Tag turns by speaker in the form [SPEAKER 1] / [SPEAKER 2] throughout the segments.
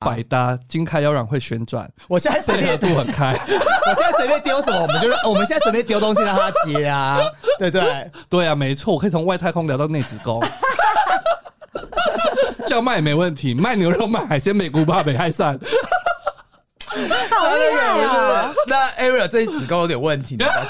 [SPEAKER 1] 啊
[SPEAKER 2] 百搭，金开腰软会旋 转，
[SPEAKER 1] 我现在随
[SPEAKER 2] 配合
[SPEAKER 1] 便，
[SPEAKER 2] 度很开。
[SPEAKER 1] 我现在随便丢什么，我们就是我们现在随便丢东西让他接啊，对不对？
[SPEAKER 2] 对啊，没错，我可以从外太空聊到内子宫。 叫卖也没问题，卖牛肉、卖海鲜、美古巴、美海 散，
[SPEAKER 3] 好厉
[SPEAKER 1] 哎
[SPEAKER 3] 害啊！
[SPEAKER 1] 那 Ariel 这子宫有点问题，你 要不要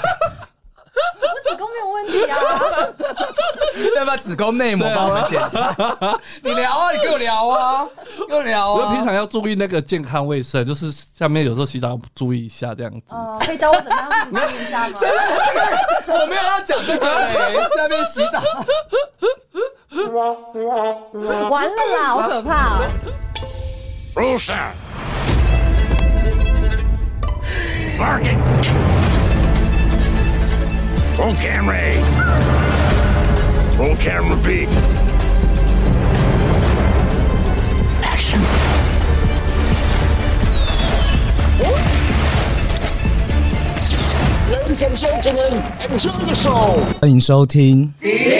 [SPEAKER 1] 讲
[SPEAKER 3] 我子宫没有问题啊，
[SPEAKER 1] 要不要子宫内膜帮我们检
[SPEAKER 4] 啊
[SPEAKER 1] 查？你聊啊，你跟我聊啊，跟我聊
[SPEAKER 2] 我
[SPEAKER 1] 啊。
[SPEAKER 2] 平常要注意那个健康卫生，就是下面有时候洗澡要注意一下这样子。
[SPEAKER 1] 哦
[SPEAKER 3] 呃，可以教我怎么样子宫一下吗？
[SPEAKER 1] 我没有要讲这 个、欸，是那边洗澡。
[SPEAKER 3] 完了啦，好可怕、哦！
[SPEAKER 5] Rusa! Barking! Roll camera A. Roll camera B. Action!
[SPEAKER 6] Ladies and gentlemen, enjoy the show!
[SPEAKER 1] 欢迎收听《低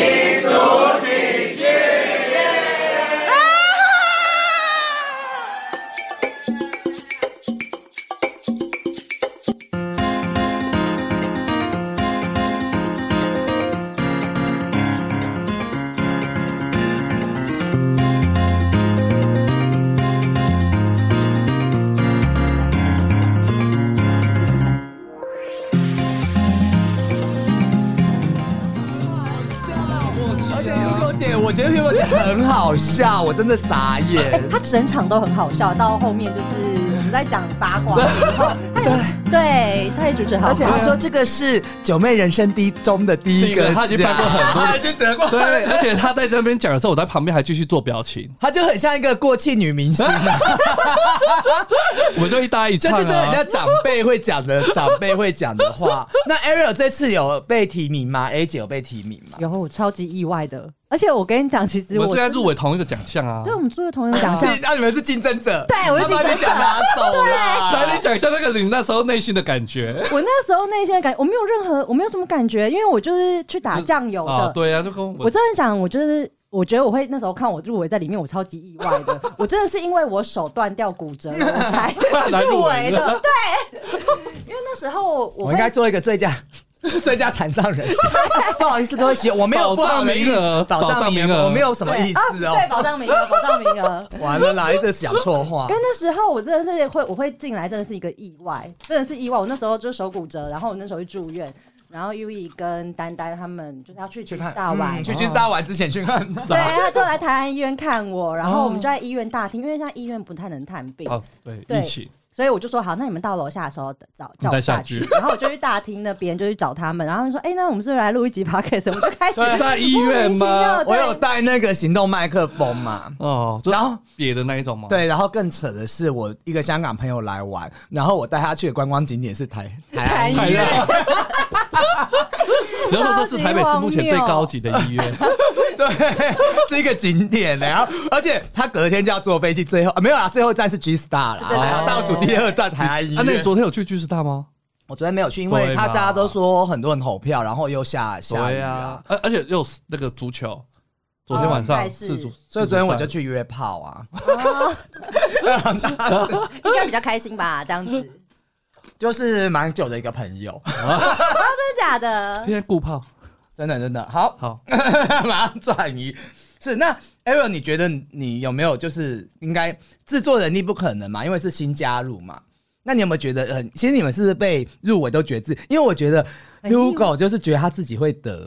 [SPEAKER 1] 而且 Hugo 姐，我觉得 Hugo 姐很好笑，我真的傻眼。
[SPEAKER 3] 他整场都很好笑，到后面就是我们在讲八卦的时候，他也对，他也主持好，
[SPEAKER 4] 而且他说这个是九妹人生低中的第
[SPEAKER 2] 第一
[SPEAKER 4] 一
[SPEAKER 2] 个
[SPEAKER 4] 个，
[SPEAKER 2] 他已经办过很多
[SPEAKER 1] 他还去得 过，
[SPEAKER 2] 对，而且他在那边讲的时候，我在旁边还继续做表情，
[SPEAKER 1] 他就很像一个过气女 明星、啊，
[SPEAKER 2] 我们就一搭一
[SPEAKER 1] 这
[SPEAKER 2] 唱、啊。
[SPEAKER 1] 就是人家长辈会讲的，长辈会讲的 话。那 Ariel 这次有被提名吗？A 姐有被提名吗？
[SPEAKER 3] 有我超级意外的，而且我跟你讲，其实
[SPEAKER 2] 我
[SPEAKER 3] 我
[SPEAKER 2] 们现在入围同一个奖项啊
[SPEAKER 3] 对。我们做的同人奖项，
[SPEAKER 1] 那你们是竞争者，
[SPEAKER 3] 对我是
[SPEAKER 1] 他把你
[SPEAKER 3] 竞争者
[SPEAKER 1] 奖拿啊走了。
[SPEAKER 2] 来，你讲一下那个你那时候内心的感觉。
[SPEAKER 3] 我那时候内心的感，我没有任何，我没有什么感觉，因为我就是去打酱油的。
[SPEAKER 2] 啊，对啊，就跟
[SPEAKER 3] 我
[SPEAKER 2] 我
[SPEAKER 3] 真的想，我就是我觉得我会那时候看我入围在里面，我超级意外的。我真的是因为我手断掉骨折了我才
[SPEAKER 2] 来入
[SPEAKER 3] 入
[SPEAKER 2] 围
[SPEAKER 3] 围
[SPEAKER 2] 的
[SPEAKER 3] 的，对。因为那时候我
[SPEAKER 1] 我
[SPEAKER 3] 会
[SPEAKER 1] 应该做一个最佳 最佳残障人士。 不好意思，各位学，我没有不好的意
[SPEAKER 2] 保障名额
[SPEAKER 1] 思，保
[SPEAKER 2] 保障
[SPEAKER 1] 障名
[SPEAKER 2] 名额
[SPEAKER 1] 额，我没有什么意
[SPEAKER 3] 啊，
[SPEAKER 1] 思哦。
[SPEAKER 3] 对，保障名额，保障名额。
[SPEAKER 1] 完了啦，一直讲错话
[SPEAKER 3] 因为。那时候我真的是会，我会进来，真的是一个意外，真的是意外。我那时候就手骨折，然后我那时候去住院，然后 U E 跟丹丹他们就是要去去大玩，
[SPEAKER 1] 嗯去去大玩之前去看。
[SPEAKER 3] 对，他就来台湾医院看我，然后
[SPEAKER 1] 哦
[SPEAKER 3] 我们就在医院大厅，因为现在医院不太能探病，
[SPEAKER 2] 哦，对，
[SPEAKER 3] 对
[SPEAKER 2] 一起
[SPEAKER 3] 所以我就说好，那你们到楼下的时候找
[SPEAKER 2] 你
[SPEAKER 3] 叫
[SPEAKER 2] 带
[SPEAKER 3] 我
[SPEAKER 2] 下
[SPEAKER 3] 下去
[SPEAKER 2] 去，
[SPEAKER 3] 然后我就去大厅那边就去找他们，然后他们说，哎、那我们是不是来录一集 podcast？我就开始
[SPEAKER 2] 对在医院吗
[SPEAKER 3] 莫名其 妙
[SPEAKER 1] 我有
[SPEAKER 3] 对
[SPEAKER 1] 带那个行动麦克风嘛，
[SPEAKER 2] 哦，就
[SPEAKER 1] 然后
[SPEAKER 2] 别的那一种吗？，
[SPEAKER 1] 对，然后更扯的是，我一个香港朋友来玩，然后我带他去的观光景点是 台台
[SPEAKER 2] 太
[SPEAKER 1] 湾医
[SPEAKER 2] 热
[SPEAKER 1] 院。。
[SPEAKER 2] 然后这是台北市目前最高级的医 院， 啊
[SPEAKER 1] 对，是一个景点，然 后而且他隔天就要坐飞机，最后、啊、没有啦，最后站是 G Star 啦，
[SPEAKER 3] 对
[SPEAKER 1] 然后倒数第二站台安医
[SPEAKER 2] 啊，那你
[SPEAKER 1] 院。
[SPEAKER 2] 昨天有去巨石大吗？
[SPEAKER 1] 我昨天没有去，因为
[SPEAKER 2] 对
[SPEAKER 1] 他
[SPEAKER 2] 嘛
[SPEAKER 1] 大家都说很多人投票，然后又下下雨
[SPEAKER 2] 对
[SPEAKER 1] 啊
[SPEAKER 2] 啊，，而而且又有那个足球，昨天晚
[SPEAKER 3] 哦
[SPEAKER 2] 上
[SPEAKER 3] 赛事
[SPEAKER 2] 是足，
[SPEAKER 1] 所以昨天我
[SPEAKER 2] 世
[SPEAKER 1] 就
[SPEAKER 2] 足赛
[SPEAKER 1] 去约炮啊，
[SPEAKER 2] 哎
[SPEAKER 3] 应该比较开心吧，这样子，真的
[SPEAKER 1] 就是蛮久的一个朋友，
[SPEAKER 3] 假的？
[SPEAKER 2] 天天顾泡，
[SPEAKER 1] 真的真的好，
[SPEAKER 2] 好，
[SPEAKER 1] 马上转移。是那 Ariel，你觉得你有没有就是应该制作能力不可能嘛？因为是新加入嘛。那你有没有觉得很？其实你们是不是被入围都觉得自，因为我觉得
[SPEAKER 2] 哎
[SPEAKER 3] 很意外
[SPEAKER 1] Hugo 就是觉得他自己会 得，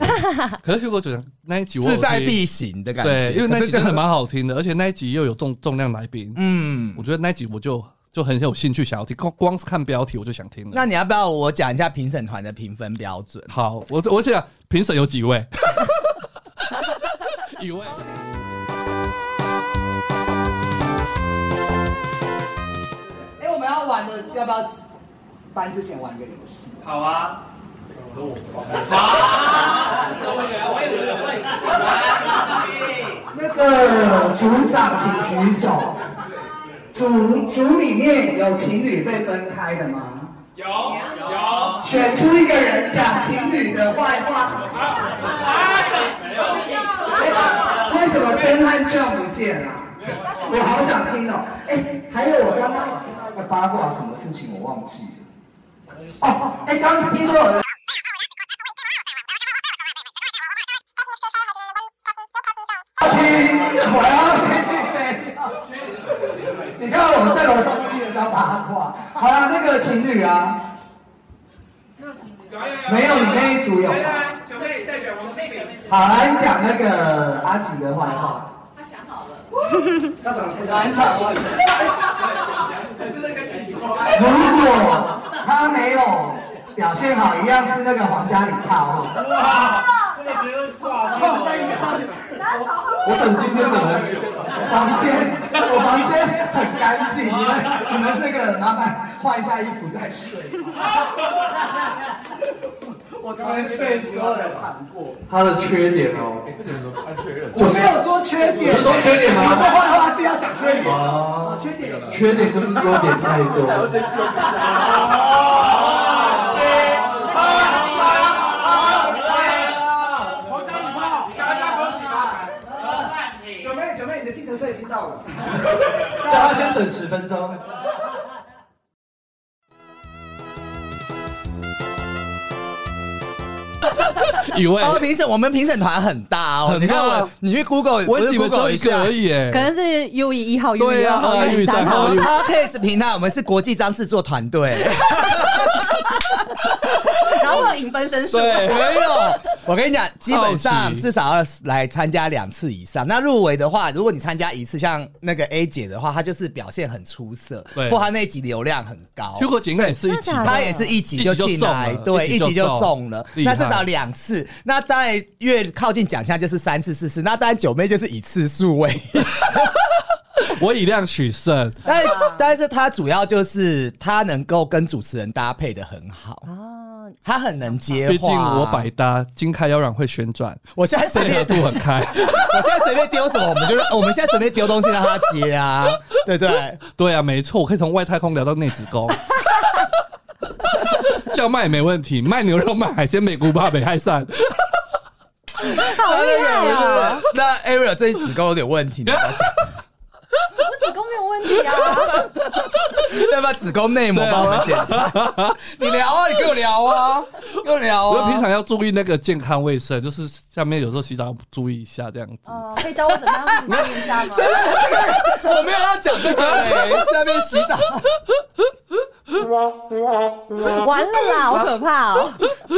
[SPEAKER 2] 可是 Hugo 讲那一集我有
[SPEAKER 1] 志在
[SPEAKER 2] 听
[SPEAKER 1] 必行的感觉。
[SPEAKER 2] 对，因为那一
[SPEAKER 1] 可是
[SPEAKER 2] 集
[SPEAKER 1] 就
[SPEAKER 2] 真的蛮好听的，而且那一集又有重重量来宾，
[SPEAKER 1] 嗯。
[SPEAKER 2] 我觉得那一集我就就很有兴趣想要听，光光是看标题我就想听了。
[SPEAKER 1] 那你要不要我讲一下评审团的评分标准？
[SPEAKER 2] 好，我我想评审有几位？ 一位。
[SPEAKER 1] 哎、我们要玩的，要不要搬之前玩个游戏？
[SPEAKER 7] 好啊，这个我
[SPEAKER 8] 那个组长请举手。组组里面有情侣被分开的吗？
[SPEAKER 7] 有有，
[SPEAKER 8] 选出一个人讲情侣的坏话。为什么 Ben 和 John 不见了？啊我好想听哦。哎、还有我刚刚有听到一个八卦，什么事情我忘记了。哦，哎、刚刚是听说有人。要听，我要听。你看我在楼上听人家八卦。好了，那个情侣啊，没有你那一组有吗。
[SPEAKER 7] 小妹代表我们妹妹，
[SPEAKER 8] 好，来你讲那个阿吉的坏话。如果他没有表现好，一样吃那个皇家礼炮哦。我等今天等很久，我房间我房间很干净，你们你们这个麻烦换一下衣服再睡。
[SPEAKER 9] 我昨天睡之后才看过。
[SPEAKER 8] 他的缺点哦，
[SPEAKER 9] 哎，这个人怎么按确认？
[SPEAKER 8] 我
[SPEAKER 9] 我
[SPEAKER 8] 是
[SPEAKER 9] 没有说缺点，
[SPEAKER 8] 你是说缺点吗哦
[SPEAKER 9] 你说坏话是要讲缺点啊，缺点。
[SPEAKER 8] 缺点就是优点太多。
[SPEAKER 9] 大家恭喜发财！
[SPEAKER 7] 九妹九妹，你的计程车已经到了。
[SPEAKER 8] 叫他先等十分钟。
[SPEAKER 2] 以为
[SPEAKER 1] 哦，评审，我们评审团很大哦，
[SPEAKER 2] 很大啊
[SPEAKER 1] 你看我，你去 Google，
[SPEAKER 2] 我
[SPEAKER 1] 不是
[SPEAKER 2] 以为只
[SPEAKER 1] Google
[SPEAKER 2] 有一个而
[SPEAKER 1] 已。
[SPEAKER 2] 已，哎
[SPEAKER 3] 可能是 U 一一号、U
[SPEAKER 2] 对
[SPEAKER 3] 一
[SPEAKER 2] 啊
[SPEAKER 3] 号、
[SPEAKER 2] U 一
[SPEAKER 3] 三
[SPEAKER 2] 三
[SPEAKER 1] 我
[SPEAKER 2] 号
[SPEAKER 3] 号
[SPEAKER 1] 们 Podcast 平台，我们是国际章制作团队。
[SPEAKER 3] 然后我有影分身术。
[SPEAKER 2] 对，
[SPEAKER 1] 没有，我跟你讲，基本
[SPEAKER 2] 好
[SPEAKER 1] 上
[SPEAKER 2] 奇
[SPEAKER 1] 至少要来参加两次以上。那入围的话，如果你参加一次，像那个 A 姐的话，她就是表现很出色，
[SPEAKER 2] 对
[SPEAKER 1] 或她那一集流量很高。
[SPEAKER 2] 邱国景应该也是一集
[SPEAKER 3] 真的
[SPEAKER 2] 吧，
[SPEAKER 3] 假的
[SPEAKER 1] 她也是一集就
[SPEAKER 2] 一集
[SPEAKER 1] 进来
[SPEAKER 2] 就中，了
[SPEAKER 1] 对，一
[SPEAKER 2] 一集就
[SPEAKER 1] 集就中了。
[SPEAKER 2] 中
[SPEAKER 1] 那至
[SPEAKER 2] 厉
[SPEAKER 1] 少
[SPEAKER 2] 害
[SPEAKER 1] 两次，那当然越靠近奖项就是三次、四次。那当然九妹就是以次数 为，
[SPEAKER 2] 我以量取胜，
[SPEAKER 1] 但是但是她主要就是她能够跟主持人搭配的很好，
[SPEAKER 3] 啊，
[SPEAKER 1] 她很能接话。
[SPEAKER 2] 毕竟我啊百搭，金开腰软会旋转，
[SPEAKER 1] 我现在随
[SPEAKER 2] 配合
[SPEAKER 1] 便
[SPEAKER 2] 度很开，
[SPEAKER 1] 我现在随便丢什么，我们就是我们现在随便丢东西让他接 啊，对不对？
[SPEAKER 2] 对啊，没错，我可以从外太空聊到内子宫。 叫卖也没问题，卖牛肉、卖海鲜、美古巴、北海扇，
[SPEAKER 3] 好厉害啊！
[SPEAKER 1] 那 Ariel 这子宫有点问 题，你要不要讲
[SPEAKER 3] 我子宫没有问题啊，
[SPEAKER 1] 要不要子宫内膜帮我们检 查？你聊啊，你给我聊啊，给我聊
[SPEAKER 2] 我们
[SPEAKER 1] 啊。
[SPEAKER 2] 平常要注意那个健康卫生，就是下面有时候洗澡要注意一下这样子。
[SPEAKER 3] 哦，可以教我怎么样子注意一下吗？
[SPEAKER 1] 我没有要讲这个 嘞，是那边洗澡。
[SPEAKER 3] 完了啦，
[SPEAKER 2] 啊
[SPEAKER 3] 好可怕哦！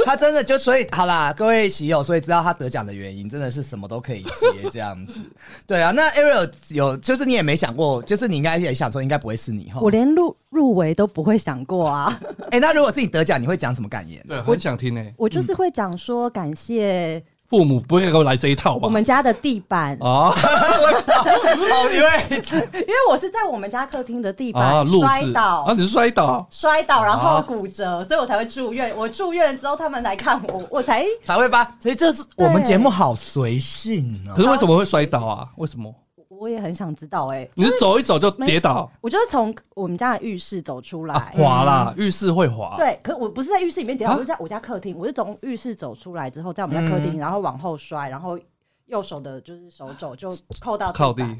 [SPEAKER 1] 他真的就所以好啦，各位喜友，所以知道他得奖的原因，真的是什么都可以接这样 子。对啊，那 Ariel 有就是你也没想过，就是你应该也想说应该不会是你哈。
[SPEAKER 3] 我连入入围都不会想过啊，
[SPEAKER 1] 哎、那如果是你得奖，你会讲什么感 言？
[SPEAKER 2] 对，很想听诶、
[SPEAKER 3] 我就是会讲说感谢
[SPEAKER 2] 父母不会给我来这一套吧？
[SPEAKER 3] 我们家的地板，
[SPEAKER 2] 啊，
[SPEAKER 1] 哦，因为
[SPEAKER 3] 因为我是在我们家客厅的地
[SPEAKER 2] 啊，
[SPEAKER 3] 板
[SPEAKER 2] 路
[SPEAKER 3] 摔
[SPEAKER 2] 子
[SPEAKER 3] 倒
[SPEAKER 2] 啊，。你是摔倒，
[SPEAKER 3] 摔倒，然后
[SPEAKER 2] 啊
[SPEAKER 3] 骨折，所以我才会住院。我住院之后，他们来看我，我才
[SPEAKER 1] 才会发。所以这是我们节目好随性哦
[SPEAKER 2] 可。是为什么会摔倒啊？为什么？
[SPEAKER 3] 我也很想知道、欸。哎，
[SPEAKER 2] 你是走一走就跌倒
[SPEAKER 3] 我就是从我们家的浴室走出来，
[SPEAKER 2] 啊？ 滑啦，浴室会滑。
[SPEAKER 3] 对，可我不是在浴室里面跌倒，
[SPEAKER 2] 啊
[SPEAKER 3] 我是在我家客厅，我是从浴室走出来之后，在我们家客
[SPEAKER 2] 嗯
[SPEAKER 3] 厅，然后往后摔，然后右手的就是手肘就扣到
[SPEAKER 2] 靠地
[SPEAKER 3] 地，。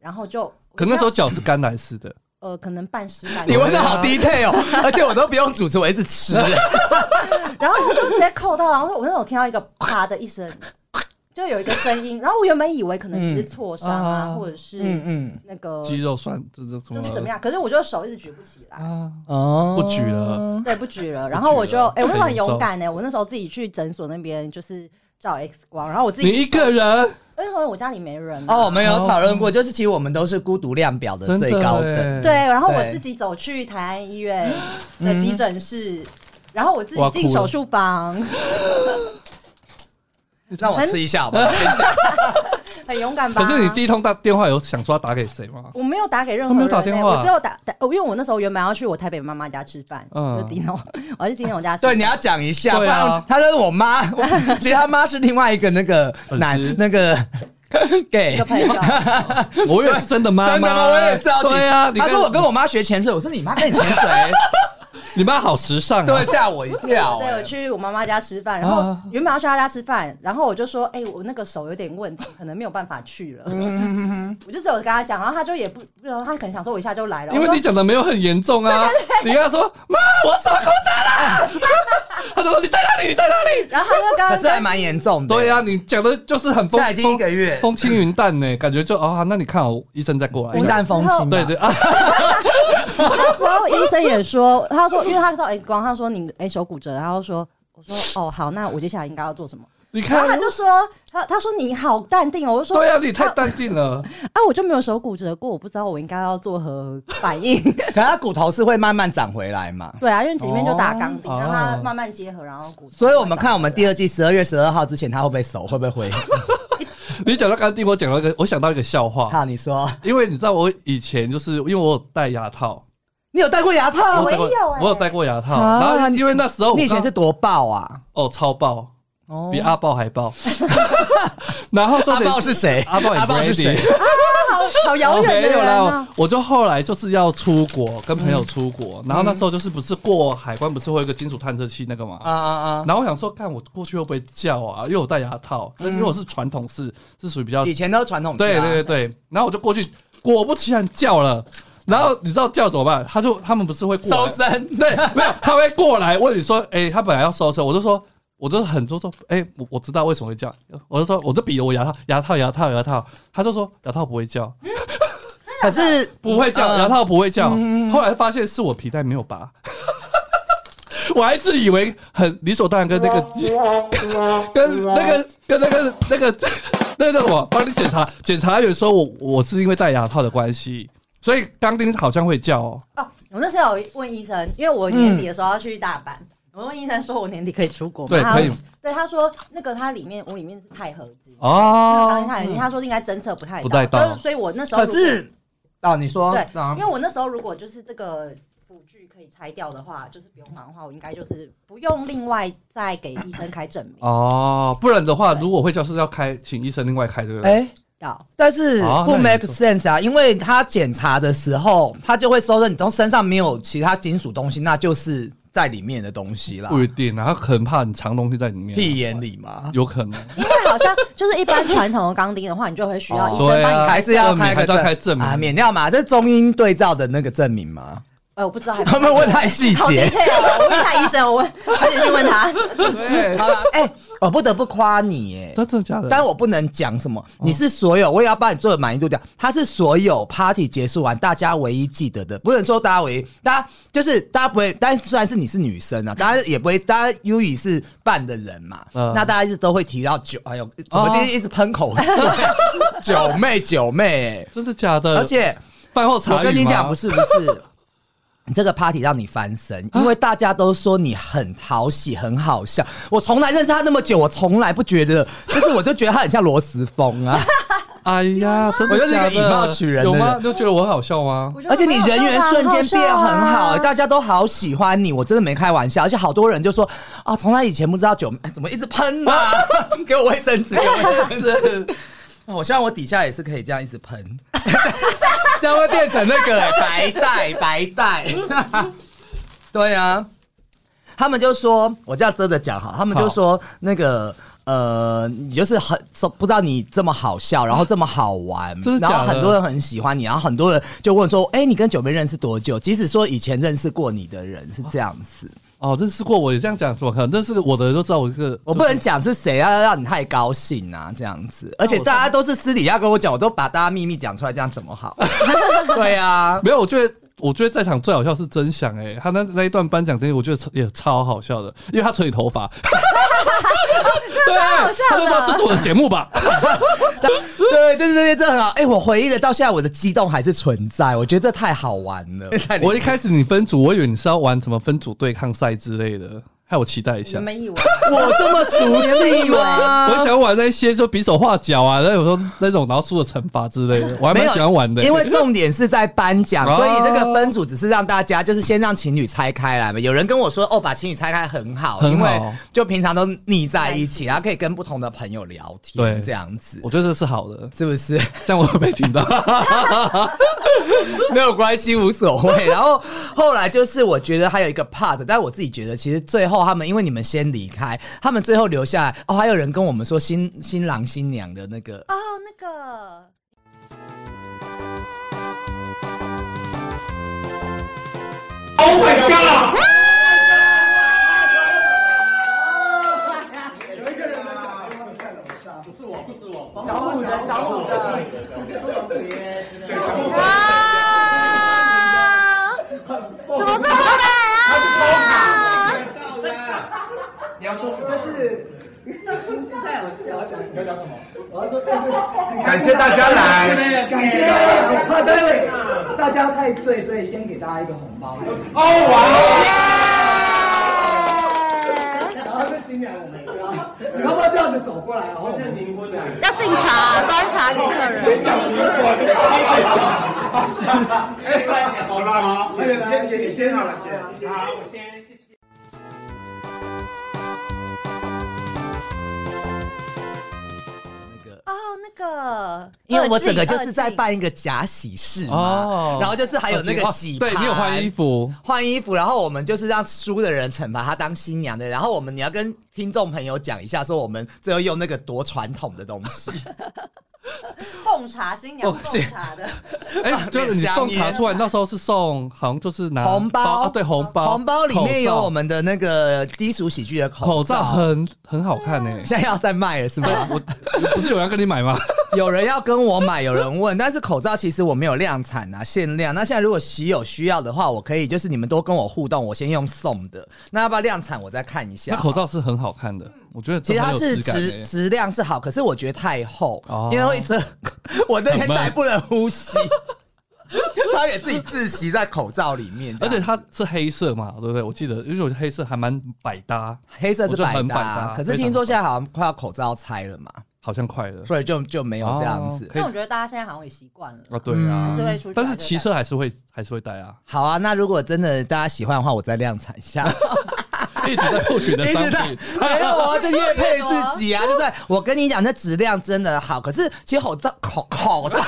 [SPEAKER 3] 然后就
[SPEAKER 2] 可那时候脚是甘蓝式的，
[SPEAKER 3] 呃可能半湿半
[SPEAKER 1] 你问的
[SPEAKER 3] 湿
[SPEAKER 1] 好 detail，哦 而且我都不用主持，我一直吃。
[SPEAKER 3] 然后我就直接扣到，然后我那时候听到一个啪的一声，就有一个声音，然后我原本以为可能只是挫伤啊，
[SPEAKER 2] 嗯啊
[SPEAKER 3] 或者是
[SPEAKER 1] 嗯嗯，
[SPEAKER 3] 那个
[SPEAKER 2] 肌肉酸这这怎么？
[SPEAKER 3] 就是怎么样，可是我就手一直举不起来。
[SPEAKER 2] 啊？
[SPEAKER 1] 哦
[SPEAKER 2] 不举了。
[SPEAKER 3] 对，不举了。然后我就，哎、我那时候很
[SPEAKER 2] 很
[SPEAKER 3] 勇
[SPEAKER 2] 严
[SPEAKER 3] 敢呢、我那时候自己去诊所那边就是照 X 光，然后我自
[SPEAKER 2] 你
[SPEAKER 3] 己
[SPEAKER 2] 一个人，
[SPEAKER 3] 那时候我家里没人啊
[SPEAKER 1] 哦，我们有讨论过，就是其实我们都是孤独量表的
[SPEAKER 2] 真
[SPEAKER 1] 最
[SPEAKER 2] 的
[SPEAKER 1] 高
[SPEAKER 2] 欸
[SPEAKER 1] 等。
[SPEAKER 3] 对，然后我
[SPEAKER 1] 对
[SPEAKER 3] 自己走去台安医院的急诊室，然后我自
[SPEAKER 2] 我
[SPEAKER 3] 己
[SPEAKER 2] 要哭
[SPEAKER 3] 进手
[SPEAKER 2] 了
[SPEAKER 3] 术房，
[SPEAKER 1] 让我吃一下好不好？
[SPEAKER 3] 很勇敢吧？
[SPEAKER 2] 可是你第一通打电话有想说要打给谁吗？
[SPEAKER 3] 我没有打给任何
[SPEAKER 2] 都没
[SPEAKER 3] 人、
[SPEAKER 2] 有
[SPEAKER 3] 欸，
[SPEAKER 2] 打电话
[SPEAKER 3] 我只有打打，哦因为我那时候原本要去我台北妈妈家吃饭，
[SPEAKER 2] 嗯
[SPEAKER 3] 就迪诺，我要去迪诺家吃
[SPEAKER 1] 对，
[SPEAKER 3] 饭。
[SPEAKER 1] 你要讲一下。
[SPEAKER 2] 对啊
[SPEAKER 1] 不然她是我妈， 其实她妈是另外一个那个
[SPEAKER 2] 粉丝
[SPEAKER 1] 男那个
[SPEAKER 3] 一
[SPEAKER 1] gay
[SPEAKER 3] 个。朋友，
[SPEAKER 2] 我以为是真的妈妈，
[SPEAKER 1] 真的吗？我也是要
[SPEAKER 2] 对啊，你
[SPEAKER 1] 他
[SPEAKER 2] 看
[SPEAKER 1] 说我跟我妈学潜水，我说你妈跟你潜水，
[SPEAKER 2] 你妈好时尚啊
[SPEAKER 1] 对，！吓我一
[SPEAKER 2] 哦
[SPEAKER 1] 跳、
[SPEAKER 3] 对，我
[SPEAKER 1] 哎
[SPEAKER 3] 去我妈妈家吃饭，然后原本要去她家吃饭，然后我就说，哎、我那个手有点问题，可能没有办法去了。
[SPEAKER 2] 嗯
[SPEAKER 3] 我就只有跟她讲，然后她就也不，然后她可能想说哎我一下就 来了，
[SPEAKER 2] 因为
[SPEAKER 3] 我
[SPEAKER 2] 你
[SPEAKER 3] 说
[SPEAKER 2] 讲的没有很严重啊。你跟他说妈，我手骨折了， 他就说你在哪里？你在哪里？
[SPEAKER 3] 然后她就刚
[SPEAKER 1] 哎可
[SPEAKER 3] 刚
[SPEAKER 1] 是还
[SPEAKER 3] 跟
[SPEAKER 1] 蛮严重的。
[SPEAKER 2] 对啊呀、你讲的就是很
[SPEAKER 1] 啊现
[SPEAKER 2] 风
[SPEAKER 1] 在已经一个月，
[SPEAKER 2] 风轻云淡呢，感觉就哦，那你看哦，医生再过来
[SPEAKER 1] 云。淡风轻嘛。
[SPEAKER 2] 对对啊，
[SPEAKER 3] 那时候医生也说，他说，因为他说 X 光，他说你哎、手骨折，然后说。我说哦好，那我接下来应该要做什么？
[SPEAKER 2] 你
[SPEAKER 3] 然后他
[SPEAKER 2] 看，
[SPEAKER 3] 就说他他说你好淡定哦，我就说
[SPEAKER 2] 对呀、啊你太淡定了。
[SPEAKER 3] 啊我就没有手骨折过，我不知道我应该要做何反应。
[SPEAKER 1] 可他骨头是会慢慢长回来嘛。
[SPEAKER 3] 对啊，因为里面就打钢钉，
[SPEAKER 2] 哦
[SPEAKER 3] 让它慢慢结合，然后骨。
[SPEAKER 1] 所以我们看我们第二季十二月十二号之前，他会不会熟，会不会回？
[SPEAKER 2] 你讲到刚刚地，我讲到一个，我想到一个笑话，
[SPEAKER 1] 好，你说
[SPEAKER 2] 因为你知道我以前就是因为我有戴牙套，
[SPEAKER 1] 你有戴过牙套？
[SPEAKER 3] 我也有欸
[SPEAKER 2] 我有戴过牙套，
[SPEAKER 1] 啊
[SPEAKER 2] 然后因为那时候我
[SPEAKER 1] 你以前
[SPEAKER 2] 刚
[SPEAKER 1] 是多爆啊？
[SPEAKER 2] 哦超爆，
[SPEAKER 1] 哦
[SPEAKER 2] 比阿豹还爆， 然后重
[SPEAKER 1] 阿
[SPEAKER 2] 点
[SPEAKER 1] 豹是谁？
[SPEAKER 2] 阿豹也
[SPEAKER 1] 阿豹是
[SPEAKER 2] Brady
[SPEAKER 1] 谁？
[SPEAKER 3] 好遥远
[SPEAKER 2] 哦
[SPEAKER 3] 的
[SPEAKER 2] 没有
[SPEAKER 3] 人
[SPEAKER 2] 啦
[SPEAKER 3] 啊！，
[SPEAKER 2] 我就后来就是要出国，跟朋友出国，
[SPEAKER 1] 嗯
[SPEAKER 2] 然后那时候就是不是过海关不是会有一个金属探测器那个嘛，
[SPEAKER 1] 啊啊
[SPEAKER 2] 然后我想说，看我过去会不会叫啊？因为我戴牙套，
[SPEAKER 1] 嗯
[SPEAKER 2] 但是因为我是传统式，是属于比较
[SPEAKER 1] 啊！以前都是传统式
[SPEAKER 2] 对
[SPEAKER 1] 啊，
[SPEAKER 2] 对对对，然后我就过去，果不其然叫了。然后你知道叫怎么办？他就他们不是会过来
[SPEAKER 1] 收身
[SPEAKER 2] 对，没有，他会过来问你说，哎、他本来要收身，我就说，我就很多说，哎、我我知道为什么会叫，我就说，我就比我牙套牙套牙套牙套，他就说牙套不会叫，
[SPEAKER 1] 可是
[SPEAKER 2] 不会叫，
[SPEAKER 1] 嗯
[SPEAKER 2] 牙套不会叫。后来发现是我皮带没有拔， 我还自以为很理所当然，跟那个跟那个跟那个那个那个我帮你检查，检察员说我我是因为戴牙套的关系，所以钢钉好像会叫哦。
[SPEAKER 3] 哦，我那时候有问医生，因为我年底的时候要去大阪，我问医生说我年底可以出国吗？
[SPEAKER 2] 对
[SPEAKER 3] 他
[SPEAKER 2] 可以
[SPEAKER 3] 对，他说那个它里面我里面是钛合金。
[SPEAKER 2] 哦
[SPEAKER 3] 哦，钛合金，他说应该侦测不太
[SPEAKER 2] 不太到
[SPEAKER 3] 就是所以我那时候
[SPEAKER 1] 可
[SPEAKER 3] 如果
[SPEAKER 1] 是啊，你说
[SPEAKER 3] 对，
[SPEAKER 1] 啊
[SPEAKER 3] 因为我那时候如果就是这个辅具可以拆掉的话，就是不用还的话，我应该就是不用另外再给医生开证明
[SPEAKER 2] 哦，不然的话，
[SPEAKER 3] 对
[SPEAKER 2] 如果会叫是要开，请医生另外开，对不对？
[SPEAKER 1] 哎，
[SPEAKER 3] 到。
[SPEAKER 1] 但是
[SPEAKER 2] 哦
[SPEAKER 1] 不
[SPEAKER 2] 那你
[SPEAKER 1] make
[SPEAKER 2] 说
[SPEAKER 1] sense 啊，因为他检查的时候，他就会搜证你从身上没有其他金属东西，那就是在里面的东西啦。
[SPEAKER 2] 不一定啊，他可能怕你藏东西在里面啊，
[SPEAKER 1] 屁眼里嘛，
[SPEAKER 2] 有可能。
[SPEAKER 3] 因为好像就是一般传统的钢钉的话，你就会需
[SPEAKER 1] 哦
[SPEAKER 3] 要医生
[SPEAKER 2] 对
[SPEAKER 3] 帮
[SPEAKER 2] 啊
[SPEAKER 3] 你
[SPEAKER 1] 还
[SPEAKER 3] 开
[SPEAKER 1] 是要开
[SPEAKER 2] 还
[SPEAKER 1] 个
[SPEAKER 2] 是要开证明
[SPEAKER 1] 啊，免掉嘛，这是中英对照的那个证 明嘛。
[SPEAKER 3] 呃，我不知道还
[SPEAKER 1] 他们问太细
[SPEAKER 3] 好 d
[SPEAKER 1] 节
[SPEAKER 3] e，我问一下医生，我问，快点去问他。
[SPEAKER 2] 对，
[SPEAKER 1] 好了，哎，我不得不夸你，哎，
[SPEAKER 2] 真的假的？
[SPEAKER 1] 但我不能讲什么，你是所有，我也要帮你做满意度调。它是所有 party 结束完，大家唯一记得的，不能说大家唯一，大家就是大家不会，但虽然是你是女生 啊，大家也不会，大家 U 以是扮的人嘛，
[SPEAKER 2] 嗯哦
[SPEAKER 1] 那大家一直都会提到酒，哎呦，怎么今天一直喷 口水？ 九妹九妹、
[SPEAKER 2] 真的假的？
[SPEAKER 1] 而且
[SPEAKER 2] 饭后茶
[SPEAKER 1] 我
[SPEAKER 2] 语
[SPEAKER 1] 跟你
[SPEAKER 2] 吗
[SPEAKER 1] 讲，不是不是。你 这个 party 让你翻身，因为大家都说你很讨喜，很好笑。我从来认识他那么久，我从来不觉得，就是我就觉得他很像罗斯风啊。
[SPEAKER 2] 哎呀，真的
[SPEAKER 1] 我就是一个
[SPEAKER 2] 假的
[SPEAKER 1] 以貌取人的
[SPEAKER 2] 有
[SPEAKER 1] 人
[SPEAKER 2] 吗？就觉得我很好笑吗？
[SPEAKER 3] 我觉得
[SPEAKER 1] 而且你
[SPEAKER 3] 蛮好笑
[SPEAKER 1] 人
[SPEAKER 3] 的
[SPEAKER 1] 缘
[SPEAKER 3] 啊
[SPEAKER 1] 瞬间变很好、
[SPEAKER 3] 啊
[SPEAKER 1] 大家都好喜欢你，我真的没开玩笑。而且好多人就说啊，从来以前不知道酒、哎怎么一直喷呢、啊？ 给我卫生纸，给我卫生 纸。啊我希望我底下也是可以这样一直喷， 这样会变成那个、哎白带白带。对啊，他们就说，我这样遮着讲哈，他们就说那个。呃，你就是很不知道你这么好笑，然后这么好玩，
[SPEAKER 2] 啊真的
[SPEAKER 1] 然
[SPEAKER 2] 假的
[SPEAKER 1] 后很多人很喜欢你，然后很多人就问说，哎、你跟九妹认识多久？即使说以前认识过你的人是这样子，
[SPEAKER 2] 哦，认识过我也这样讲，怎么可能？认识我的人都知道我这个，
[SPEAKER 1] 我不能讲是谁啊，要让你太高兴啊，这样子，而且大家都是私底下跟我讲，我都把大家秘密讲出来，这样怎 么好？对啊，
[SPEAKER 2] 没有。我觉得，我觉得在场最好笑是真想哎、他那那一段颁奖典礼，我觉得超也超好笑的，因为他扯你头 发，对，
[SPEAKER 3] 好笑的
[SPEAKER 2] 他就知道这是我的节目 吧？
[SPEAKER 1] 对，就是这些真的很好。哎、我回忆的到现在，我的激动还是存在，我觉得这太好玩了。
[SPEAKER 2] 我一开始你分组，我以为你是要玩什么分组对抗赛之类的，害我期待一
[SPEAKER 3] 你
[SPEAKER 2] 下。
[SPEAKER 3] 们以为
[SPEAKER 1] 我这么俗气吗？
[SPEAKER 2] 我想玩那些就比手画脚啊，那种那种然后输了惩罚之类的，我还
[SPEAKER 1] 没
[SPEAKER 2] 蛮
[SPEAKER 1] 有
[SPEAKER 2] 喜欢玩的。
[SPEAKER 1] 因为重点是在颁奖，
[SPEAKER 2] 哦
[SPEAKER 1] 所以这个分组只是让大家就是先让情侣拆开来嘛。有人跟我说哦，把情侣拆开很好，
[SPEAKER 2] 很
[SPEAKER 1] 因
[SPEAKER 2] 好
[SPEAKER 1] 为就平常都腻在一起，然后可以跟不同的朋友聊天，
[SPEAKER 2] 对
[SPEAKER 1] 这样子
[SPEAKER 2] 我觉得这是好的，
[SPEAKER 1] 是不是？
[SPEAKER 2] 这样我会被听到。
[SPEAKER 1] 没有关系，无所 谓。然后后来就是我觉得还有一个 part，但我自己觉得其实最后他们因为你们先离开，他们最后留下来哦，还有人跟我们说新新郎新娘的那个
[SPEAKER 3] 哦那个
[SPEAKER 2] Oh
[SPEAKER 8] 小虎的小虎的，
[SPEAKER 3] 啊，怎么这么美啊？
[SPEAKER 9] 感谢大家来。
[SPEAKER 8] 感谢大家，喝对了，大家太醉，所以先给大家一个红包。然后是新娘，我们知道，你要不要这样子走过来，然后我们宁波的。
[SPEAKER 3] 要敬茶，端茶给客人。
[SPEAKER 9] 好辣吗？姐姐你先好了，姐。好，我先。
[SPEAKER 1] 那个。
[SPEAKER 3] 哦，那个，
[SPEAKER 1] 因为我整个就
[SPEAKER 3] 二
[SPEAKER 1] 是
[SPEAKER 3] 季
[SPEAKER 1] 在。办一个假喜事嘛，
[SPEAKER 2] 哦
[SPEAKER 1] 然后就是还有那个喜
[SPEAKER 2] 对你有换
[SPEAKER 1] 盘
[SPEAKER 2] 衣服，
[SPEAKER 1] 换衣服，然后我们就是让输的人惩罚他当新娘的，然后我们你要跟听众朋友讲一下，说我们最后用那个多传统的东西，
[SPEAKER 3] 二季奉茶新娘
[SPEAKER 2] 哦
[SPEAKER 3] 奉
[SPEAKER 2] 是
[SPEAKER 3] 茶的，
[SPEAKER 2] 哎，就是你奉茶出来，那时候是送，好像就是拿
[SPEAKER 1] 红包
[SPEAKER 2] 啊，对，红包，
[SPEAKER 1] 红包里面有
[SPEAKER 2] 口罩
[SPEAKER 1] 我们的那个低俗喜剧的口
[SPEAKER 2] 口罩，很很好看 呢。
[SPEAKER 1] 现在要再卖了是吗？
[SPEAKER 2] 我不是有人要跟你买吗？
[SPEAKER 1] 有人要跟我买，有人问，但是口罩其实我没有量产啊，限量。那现在如果喜有需要的话，我可以就是你们多跟我互动，我先用送的。那要不要量产？我再看一下。
[SPEAKER 2] 那口罩是很好看的，我觉得
[SPEAKER 1] 其
[SPEAKER 2] 真的
[SPEAKER 1] 实它
[SPEAKER 2] 很有质
[SPEAKER 1] 是
[SPEAKER 2] 感
[SPEAKER 1] 质
[SPEAKER 2] 欸。
[SPEAKER 1] 质量是好，可是我觉得太厚，
[SPEAKER 2] 哦
[SPEAKER 1] 因为会一直我那天
[SPEAKER 2] 很闷
[SPEAKER 1] 戴不能呼吸，差点自己窒息在口罩里面这
[SPEAKER 2] 而
[SPEAKER 1] 样。
[SPEAKER 2] 且它是黑色嘛，对不对？我记得，因为我觉得黑色还蛮百搭，
[SPEAKER 1] 黑色是
[SPEAKER 2] 我觉得
[SPEAKER 1] 百
[SPEAKER 2] 很百
[SPEAKER 1] 搭，
[SPEAKER 2] 搭
[SPEAKER 1] 可是听说现在好像快要口罩拆了嘛，
[SPEAKER 2] 好像快了
[SPEAKER 1] 所以就就没有这样子
[SPEAKER 2] 哦。可以
[SPEAKER 3] 但我觉得大家现在好像也习惯了，
[SPEAKER 2] 啊，对啊
[SPEAKER 1] 嗯
[SPEAKER 3] 还是。会出去。
[SPEAKER 2] 但是骑车还是会还是会戴啊，
[SPEAKER 1] 好啊，那如果真的大家喜欢的话，我再量产一下。
[SPEAKER 2] 一直在破取你的
[SPEAKER 1] 一
[SPEAKER 2] 商
[SPEAKER 1] 直在
[SPEAKER 2] 品。
[SPEAKER 1] 没有啊，就越配自己 啊，对不对？我跟你讲，那质量真的好，可是其实口罩口口罩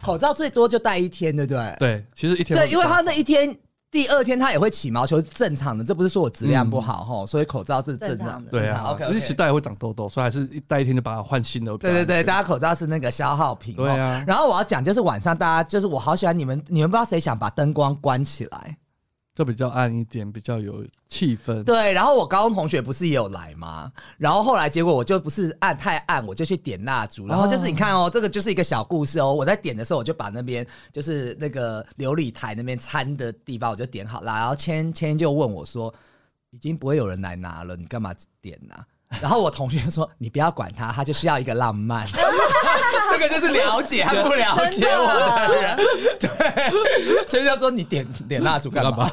[SPEAKER 1] 口罩最多就戴一天，对不对？
[SPEAKER 2] 对，其实一天
[SPEAKER 1] 对，因为他那一天。第二天他也会起毛球，是正常的，这不是说我质量不好吼，所以口罩是正
[SPEAKER 3] 正
[SPEAKER 1] 常
[SPEAKER 3] 常
[SPEAKER 1] 的。
[SPEAKER 3] 的
[SPEAKER 2] 嗯对啊
[SPEAKER 1] OK，
[SPEAKER 2] 而且其实戴会长痘痘，所以还是一戴一天就把它换新的。
[SPEAKER 1] 对对对，大
[SPEAKER 2] 家
[SPEAKER 1] 家口罩是那个消耗品。
[SPEAKER 2] 对啊
[SPEAKER 1] 吼然后我要讲就是晚上大家就是我好喜欢你们，你们不知道谁想把灯光关起来。
[SPEAKER 2] 就比较暗一点，比较有气氛。
[SPEAKER 1] 对，然后我高中同学不是也有来吗？然后后来结果我就不是暗太暗，我就去点蜡烛，然后就是你看哦，这个就是一个小故事哦。我在点的时候，我就把那边就是那个琉璃台那边掺的地方，我就点好啦。然后千千就问我说：“已经不会有人来拿了，你干嘛点呢、 然后我同学说：“你不要管他，他就是要一个浪漫。” 这个就是了解他不了解我的人。对，千就说：“你点点蜡烛干嘛？”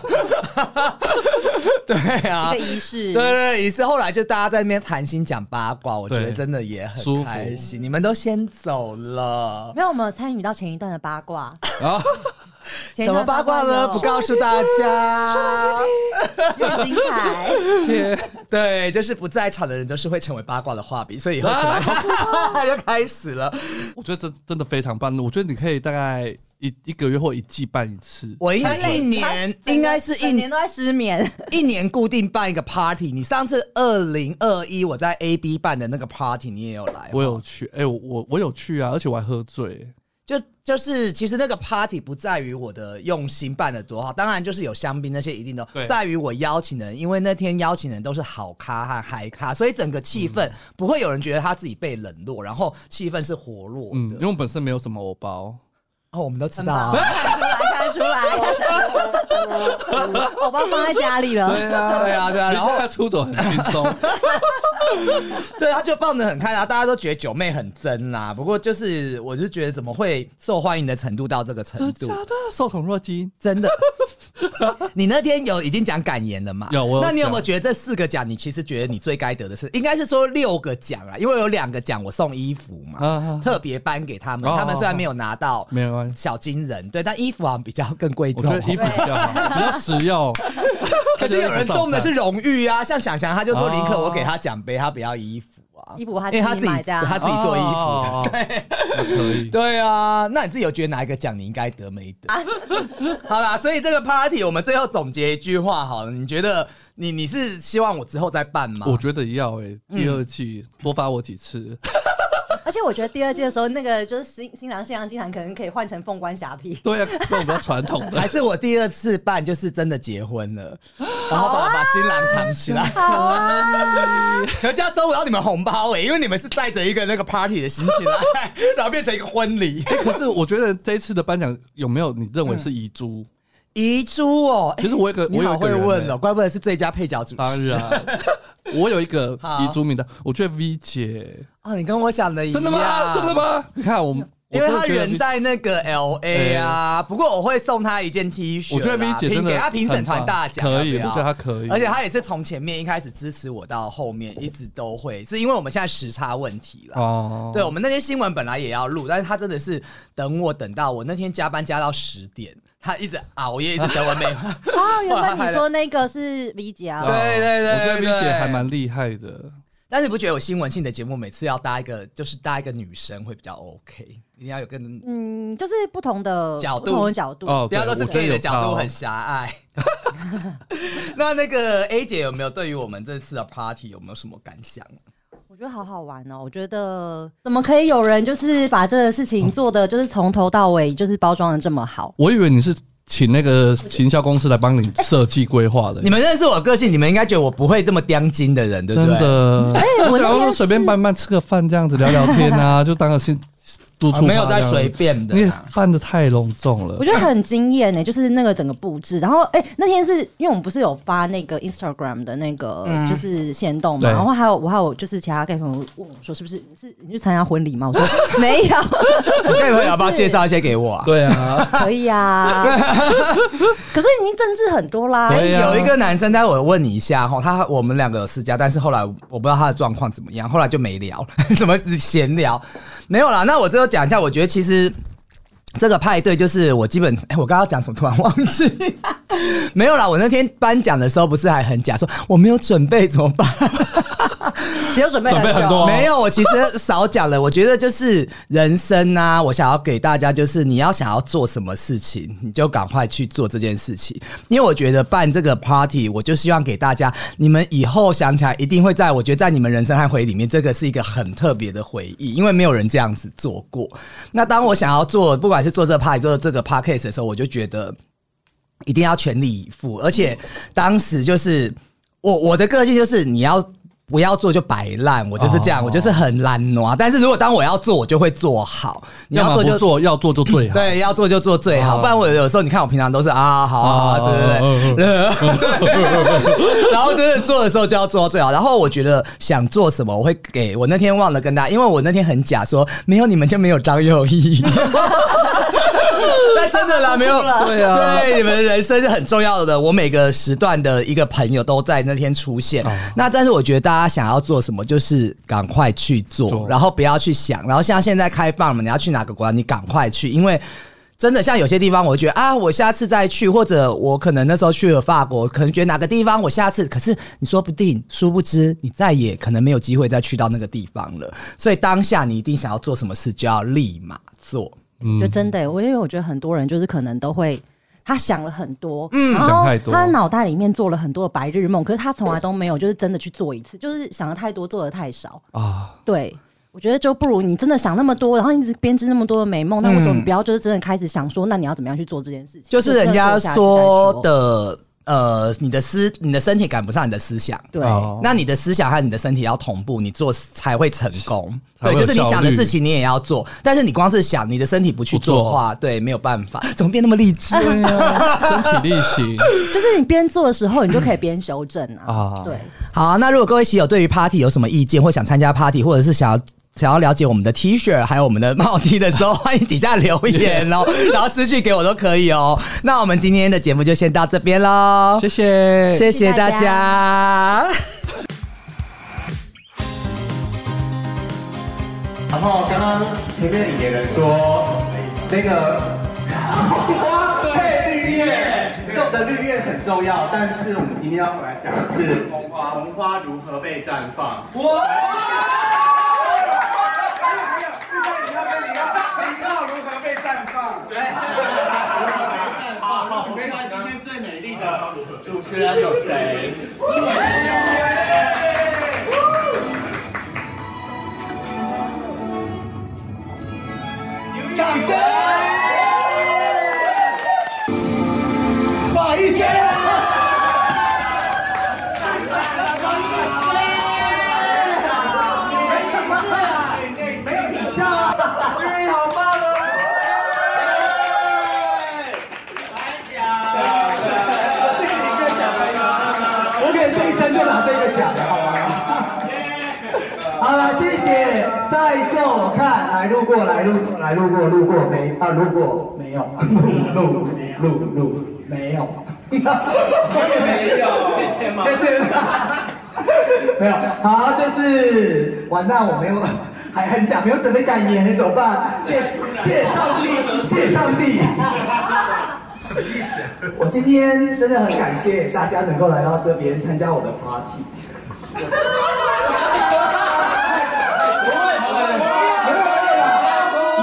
[SPEAKER 1] 对啊，
[SPEAKER 3] 一个仪式，
[SPEAKER 1] 对对对，也是后来就大家在那边谈心讲八卦，我觉得
[SPEAKER 2] 对
[SPEAKER 1] 真的也很
[SPEAKER 2] 舒服
[SPEAKER 1] 开心。你们都先走了，
[SPEAKER 3] 没有我们有参与到前一段的八卦，
[SPEAKER 2] 啊，
[SPEAKER 3] 前一
[SPEAKER 1] 什么
[SPEAKER 3] 段
[SPEAKER 1] 八卦呢？
[SPEAKER 3] 有
[SPEAKER 1] 不告诉大家。
[SPEAKER 3] 有精彩。
[SPEAKER 1] 对，就是不在场的人都是会成为八卦的画笔，所以以后起来 就开始了。
[SPEAKER 2] 我觉得这真的非常棒。我觉得你可以大概一一个月或一季办一次。
[SPEAKER 1] 我应该一
[SPEAKER 3] 他
[SPEAKER 1] 年应该是
[SPEAKER 3] 整
[SPEAKER 1] 一
[SPEAKER 3] 年都在失眠，
[SPEAKER 1] 一年固定办一个 party。你上次二零二一我在 A B 办的那个 party，你也有来，
[SPEAKER 2] 我有去，哎、我我我有去啊，而且我还喝醉。
[SPEAKER 1] 就就是，其实那个 party 不在于我的用心办的多好，当然就是有香槟那些一定都
[SPEAKER 2] 对
[SPEAKER 1] 在于我邀请人，因为那天邀请人都是好咖和嗨咖，所以整个气
[SPEAKER 2] 嗯
[SPEAKER 1] 氛不会有人觉得他自己被冷落，然后气氛是活络
[SPEAKER 2] 嗯，因
[SPEAKER 1] 的。
[SPEAKER 2] 为我本身没有什么偶包，
[SPEAKER 1] 哦，我们都知道啊，
[SPEAKER 3] 看出来，看出来，我包放在家里 了。
[SPEAKER 1] 对啊，对啊，然后
[SPEAKER 2] 人家出走很轻 松。
[SPEAKER 1] 对，他就放的很开，然后大家都觉得九妹很真啦、不过就是，我就觉得怎么会受欢迎的程度到这个程度？
[SPEAKER 2] 的受宠若惊，
[SPEAKER 1] 真的， 你那天有已经讲感言了嘛？
[SPEAKER 2] 有我有
[SPEAKER 1] 那你有
[SPEAKER 2] 讲
[SPEAKER 1] 没有觉得这四个奖，你其实觉得你最该得的是，应该是说六个奖啊，因为有两个奖我送衣服嘛，
[SPEAKER 2] 啊啊啊
[SPEAKER 1] 特别颁给他们。
[SPEAKER 2] 哦
[SPEAKER 1] 他们虽然没有拿到
[SPEAKER 2] 没有关系
[SPEAKER 1] 小金人，对，但衣服好像比较更贵
[SPEAKER 2] 我
[SPEAKER 1] 重
[SPEAKER 2] 觉。得衣服比较好，比较实 用。
[SPEAKER 1] 可是有人中的是荣誉啊，像想想他就说
[SPEAKER 2] 哦
[SPEAKER 1] 宁可我给他奖杯，他不要衣服啊，
[SPEAKER 3] 衣服他
[SPEAKER 1] 因为他
[SPEAKER 3] 自
[SPEAKER 1] 自己
[SPEAKER 3] 己买的啊
[SPEAKER 1] 他自己做衣服的。
[SPEAKER 2] 哦可以。
[SPEAKER 1] 对啊，那你自己有觉得哪一个奖你应该得没 得？好啦，所以这个 party 我们最后总结一句话好了，你觉得你你是希望我之后再办吗？
[SPEAKER 2] 我觉得要诶、
[SPEAKER 1] 嗯
[SPEAKER 2] 第二季多发我几次，
[SPEAKER 3] 而且我觉得第二季的时候，那个就是新新郎新娘竟然可能可以换成凤冠霞 帔，
[SPEAKER 2] 对呀、这种比较传统的
[SPEAKER 1] 还。是我第二次办就是真的结婚 了，然后把把新郎藏起来， 可是这样收不到你们红包哎、因为你们是带着一个那个 party 的心情来，然后变成一个婚礼。
[SPEAKER 2] 哎可是我觉得这一次的颁奖有没有你认
[SPEAKER 1] 嗯
[SPEAKER 2] 为是遗珠？
[SPEAKER 1] 遗珠哦，哎
[SPEAKER 2] 其实我有一个，
[SPEAKER 1] 你
[SPEAKER 2] 我有
[SPEAKER 1] 好
[SPEAKER 2] 一个
[SPEAKER 1] 会
[SPEAKER 2] 人
[SPEAKER 1] 问
[SPEAKER 2] 欸
[SPEAKER 1] 哦，怪不得是最佳配角主
[SPEAKER 2] 当
[SPEAKER 1] 持
[SPEAKER 2] 然，啊 我有一个
[SPEAKER 1] 好
[SPEAKER 2] 遗珠名单，我觉得 V 姐
[SPEAKER 1] 哦，你跟我想的一样，
[SPEAKER 2] 真的吗？真的？吗？你看我，我
[SPEAKER 1] 因为
[SPEAKER 2] 真的
[SPEAKER 1] 他
[SPEAKER 2] 觉得
[SPEAKER 1] 人
[SPEAKER 2] V-
[SPEAKER 1] 在那个 L A 啊，不过我会送他一件 T 恤啦。
[SPEAKER 2] 我觉得 V 姐
[SPEAKER 1] 评
[SPEAKER 2] 真的
[SPEAKER 1] 给他评审团大奖，
[SPEAKER 2] 很棒可以
[SPEAKER 1] 要不要
[SPEAKER 2] 我觉得她可以
[SPEAKER 1] 而且他也是从前面一开始支持我到后面一直都会，是因为我们现在时差问题了。
[SPEAKER 2] 哦，
[SPEAKER 1] 对我们那天新闻本来也要录，但是他真的是等我等到我那天加班加到十点，他一直熬夜，一直等我没。
[SPEAKER 3] 哦，原本你说那个是 V 姐啊，
[SPEAKER 1] 对对对
[SPEAKER 2] 我觉得 V
[SPEAKER 1] 对
[SPEAKER 2] 姐还蛮厉害的。
[SPEAKER 1] 但是你不觉得有新闻性的节目每次要搭一个就是搭一个女生会比较 OK？你要有跟
[SPEAKER 3] 嗯，就是不同的
[SPEAKER 1] 角度
[SPEAKER 3] 不同的角度。
[SPEAKER 2] 哦
[SPEAKER 1] 不要都是
[SPEAKER 2] 对我觉得
[SPEAKER 1] gay 的
[SPEAKER 2] 有
[SPEAKER 1] 角
[SPEAKER 2] 差
[SPEAKER 1] 度
[SPEAKER 2] 哦
[SPEAKER 1] 很狭隘。 那那个 A 姐有没有对于我们这次的 party 有没有什么感想？
[SPEAKER 3] 我觉得好好玩哦！我觉得怎么可以有人就是把这个事
[SPEAKER 2] 嗯
[SPEAKER 3] 情做的，就是从头到尾就是包装的这么好？
[SPEAKER 2] 我以为你是请那个行销公司来帮你设计规划的，
[SPEAKER 1] 你们认识我个性，你们应该觉得我不会这么刁精的人，对不
[SPEAKER 2] 真
[SPEAKER 1] 对？
[SPEAKER 2] 的。哎我
[SPEAKER 3] 我
[SPEAKER 2] 想
[SPEAKER 3] 那天
[SPEAKER 2] 说
[SPEAKER 3] 是
[SPEAKER 2] 随便办办吃个饭这样子聊聊天啊，就当个新督
[SPEAKER 1] 啊
[SPEAKER 2] 促、
[SPEAKER 1] 没有在随。便的
[SPEAKER 2] 你
[SPEAKER 1] 啦。
[SPEAKER 2] 办的太隆重了
[SPEAKER 3] 我，觉得很惊艳呢，就是那个整个布置。然后，哎、那天是因为我们不是有发那个 Instagram 的那个就是限动嘛，
[SPEAKER 2] 嗯对
[SPEAKER 3] 然后还有我还有就是其他 gay 朋友问我说，是不是是你去参加婚礼吗？我 说没有，
[SPEAKER 1] 你可以要不要介绍一些给我啊？
[SPEAKER 2] 对啊，
[SPEAKER 3] 可以啊。 可是已经正式很多啦，
[SPEAKER 2] 对啊
[SPEAKER 1] 有一个男生，但我问你一下哈，他我们两个有私交，但是后来我不知道他的状况怎么样，后来就没聊， 什么闲聊没有啦。那我最后讲一下，我觉得其实这个派对就是我基本， 哎、我刚刚讲什么突然忘记， 没有啦。我那天颁奖的时候不是还很假，说我没有准备怎么办？
[SPEAKER 3] 只有准备
[SPEAKER 2] 准备很
[SPEAKER 3] 久
[SPEAKER 2] 多哦
[SPEAKER 1] 没有，我其实少讲了。我觉得就是人生啊，我想要给大家就是你要想要做什么事情，你就赶快去做这件事情。因为我觉得办这个 party，我就希望给大家，你们以后想起来一定会在我觉得在你们人生和回忆里面，这个是一个很特别的回忆，因为没有人这样子做过。那当我想要做，不管是做这个 party，做这个 podcast 的时候，我就觉得一定要全力以赴，而且当时就是我我的个性就是你要不要做就摆烂，我就是
[SPEAKER 2] 哦
[SPEAKER 1] 这样，我就是很懒惰。啊但是如果当我要做，我就会做好。你
[SPEAKER 2] 要
[SPEAKER 1] 要
[SPEAKER 2] 么
[SPEAKER 1] 做
[SPEAKER 2] 不
[SPEAKER 1] 就
[SPEAKER 2] 做，要做就最好。
[SPEAKER 1] 对，要做就做最好，
[SPEAKER 2] 哦
[SPEAKER 1] 不然我有时候你看我平常都是啊，好啊，好啊对对对
[SPEAKER 2] 哦，
[SPEAKER 1] 然后真的做的时候就要做到最好。然后我觉得想做什么，我会给我那天忘了跟大家，因为我那天很假说没有你们就没有张幼仪。 那真的啦，没有对啊，对你们的人生是很重要的。我每个时段的一个朋友都在那天出现。那但是我觉得大家想要做什么，就是赶快去做
[SPEAKER 2] 做，
[SPEAKER 1] 然后不要去想。然后像现在开放了，你要去哪个国家，你赶快去，因为。真的像有些地方，我觉得啊，我下次再去，或者我可能那时候去了法国，可能觉得哪个地方我下次，可是你说不定，殊不知你再也可能没有机会再去到那个地方了。所以当下你一定想要做什么事，就要立马做。
[SPEAKER 3] 就真的欸、我因为我觉得很多人就是可能都会。他想了很多，
[SPEAKER 1] 嗯
[SPEAKER 3] 然
[SPEAKER 2] 想
[SPEAKER 3] 后
[SPEAKER 2] 太多
[SPEAKER 3] 他脑袋里面做了很多的白日梦，可是他从来都没有就是真的去做一次，就是想的太多，做的太少。
[SPEAKER 2] 啊，
[SPEAKER 3] 对，我觉得就不如你真的想那么多，然后一直编织那么多的美梦，那为什么你不要就是真的开始想说，那你要怎么样去做这件事情？
[SPEAKER 1] 嗯就是人家说
[SPEAKER 3] 说，
[SPEAKER 1] 的，呃，你的思，你的身体赶不上你的思想。
[SPEAKER 3] 对，
[SPEAKER 2] 哦
[SPEAKER 1] 那你的思想和你的身体要同步，你做才会成功。
[SPEAKER 2] 才
[SPEAKER 1] 对，
[SPEAKER 2] 会有
[SPEAKER 1] 就是你想
[SPEAKER 2] 效
[SPEAKER 1] 的
[SPEAKER 2] 率
[SPEAKER 1] 事情你也要做，但是你光是想，你的身体不去做的话，对，没有办 法。怎么变那么励志？
[SPEAKER 2] 对啊，身体力行
[SPEAKER 3] 就是你边做的时候，你就可以边修正啊。
[SPEAKER 2] 啊
[SPEAKER 3] 对，
[SPEAKER 1] 好、那如果各位喜友对于 party 有什么意见，或想参加 party，或者是想要想要了解我们的 T 恤还有我们的帽 T 的时候，欢迎底下留言哦，然后私信给我都可以哦。那我们今天的节目就先到这边喽，
[SPEAKER 2] 谢谢，
[SPEAKER 1] 谢谢大家。
[SPEAKER 8] 然后刚刚前面李人说那个花配绿叶，这种的绿叶很重要，但是我们今天要回来讲的是红花，红花如何被绽放。
[SPEAKER 7] 就像你要跟你要，你要如何被绽放？对，
[SPEAKER 8] 好，那我们看今天最美丽的主持人有谁？掌声！不好意思啊。没有比较啊，因为好棒哦！我给这一生就拿这个奖了，好吗？好了，谢谢，在座我看来路过来路过来路过路过没啊路过没有路路路路没有，没有，谢谢没有，好，就是完蛋，我没有，还很假，没有准备感言，怎么办？谢谢上帝，谢上帝。我今天真的很感谢大家能够来到这边参加我的 party。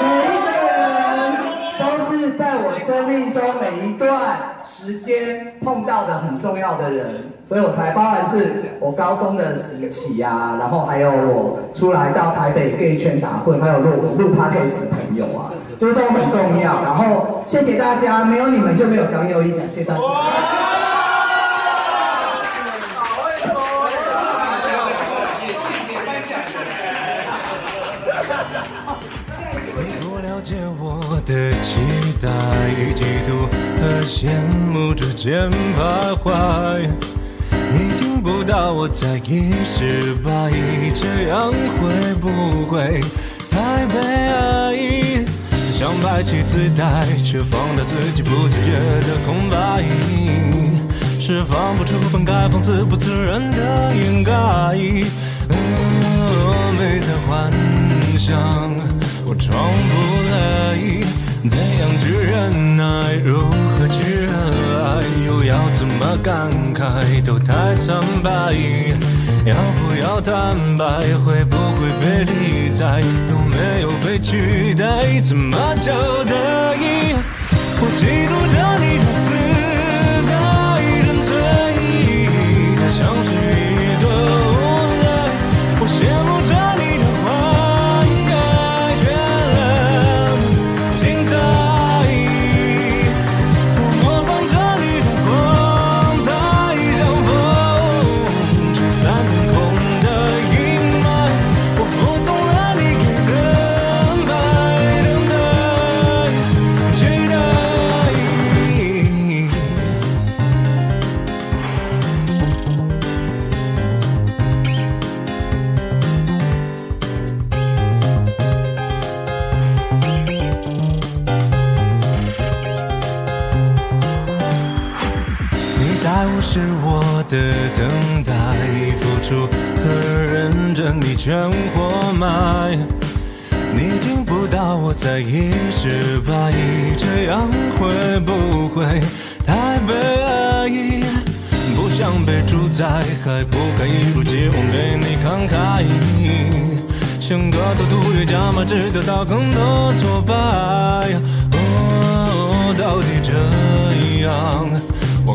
[SPEAKER 8] 每一个人都是在我生命中每一段时间碰到的很重要的人，所以我才包含是我高中的时期啊，然后还有我出来到台北 gay 圈打混，还有录录 podcast 的朋友啊，就是都很重要。然后谢谢大家，没有你们就没有张幼仪，感谢大家。
[SPEAKER 10] 你不了解我的期待与嫉妒和羡慕之间徘徊，你听不到我在意失败，这样会不会太悲哀？想摆起姿态，却放大自己不自觉的空白，释放不出本该放肆不自然的掩盖。哦，没在幻想，我装不来，怎样去忍耐，如何去热爱，又要怎么感慨，都太苍白。要不要坦白，会不会被理睬，都没有被取代，怎么交代？我嫉妒着你的自在沉醉，它像是一个无赖。我羡慕着你的灌溉，绚烂精彩。我模仿着你的光彩，像风吹散天空的阴霾。我服从了你给的安排，等待。期待。你在无视我的等待，付出和认真，你全活埋。你听不到我在意失败，这样会不会太悲哀？不想被主宰，还不敢一如既往对你慷慨，像个赌徒越加码，只得到更多挫败。哦，到底这样，我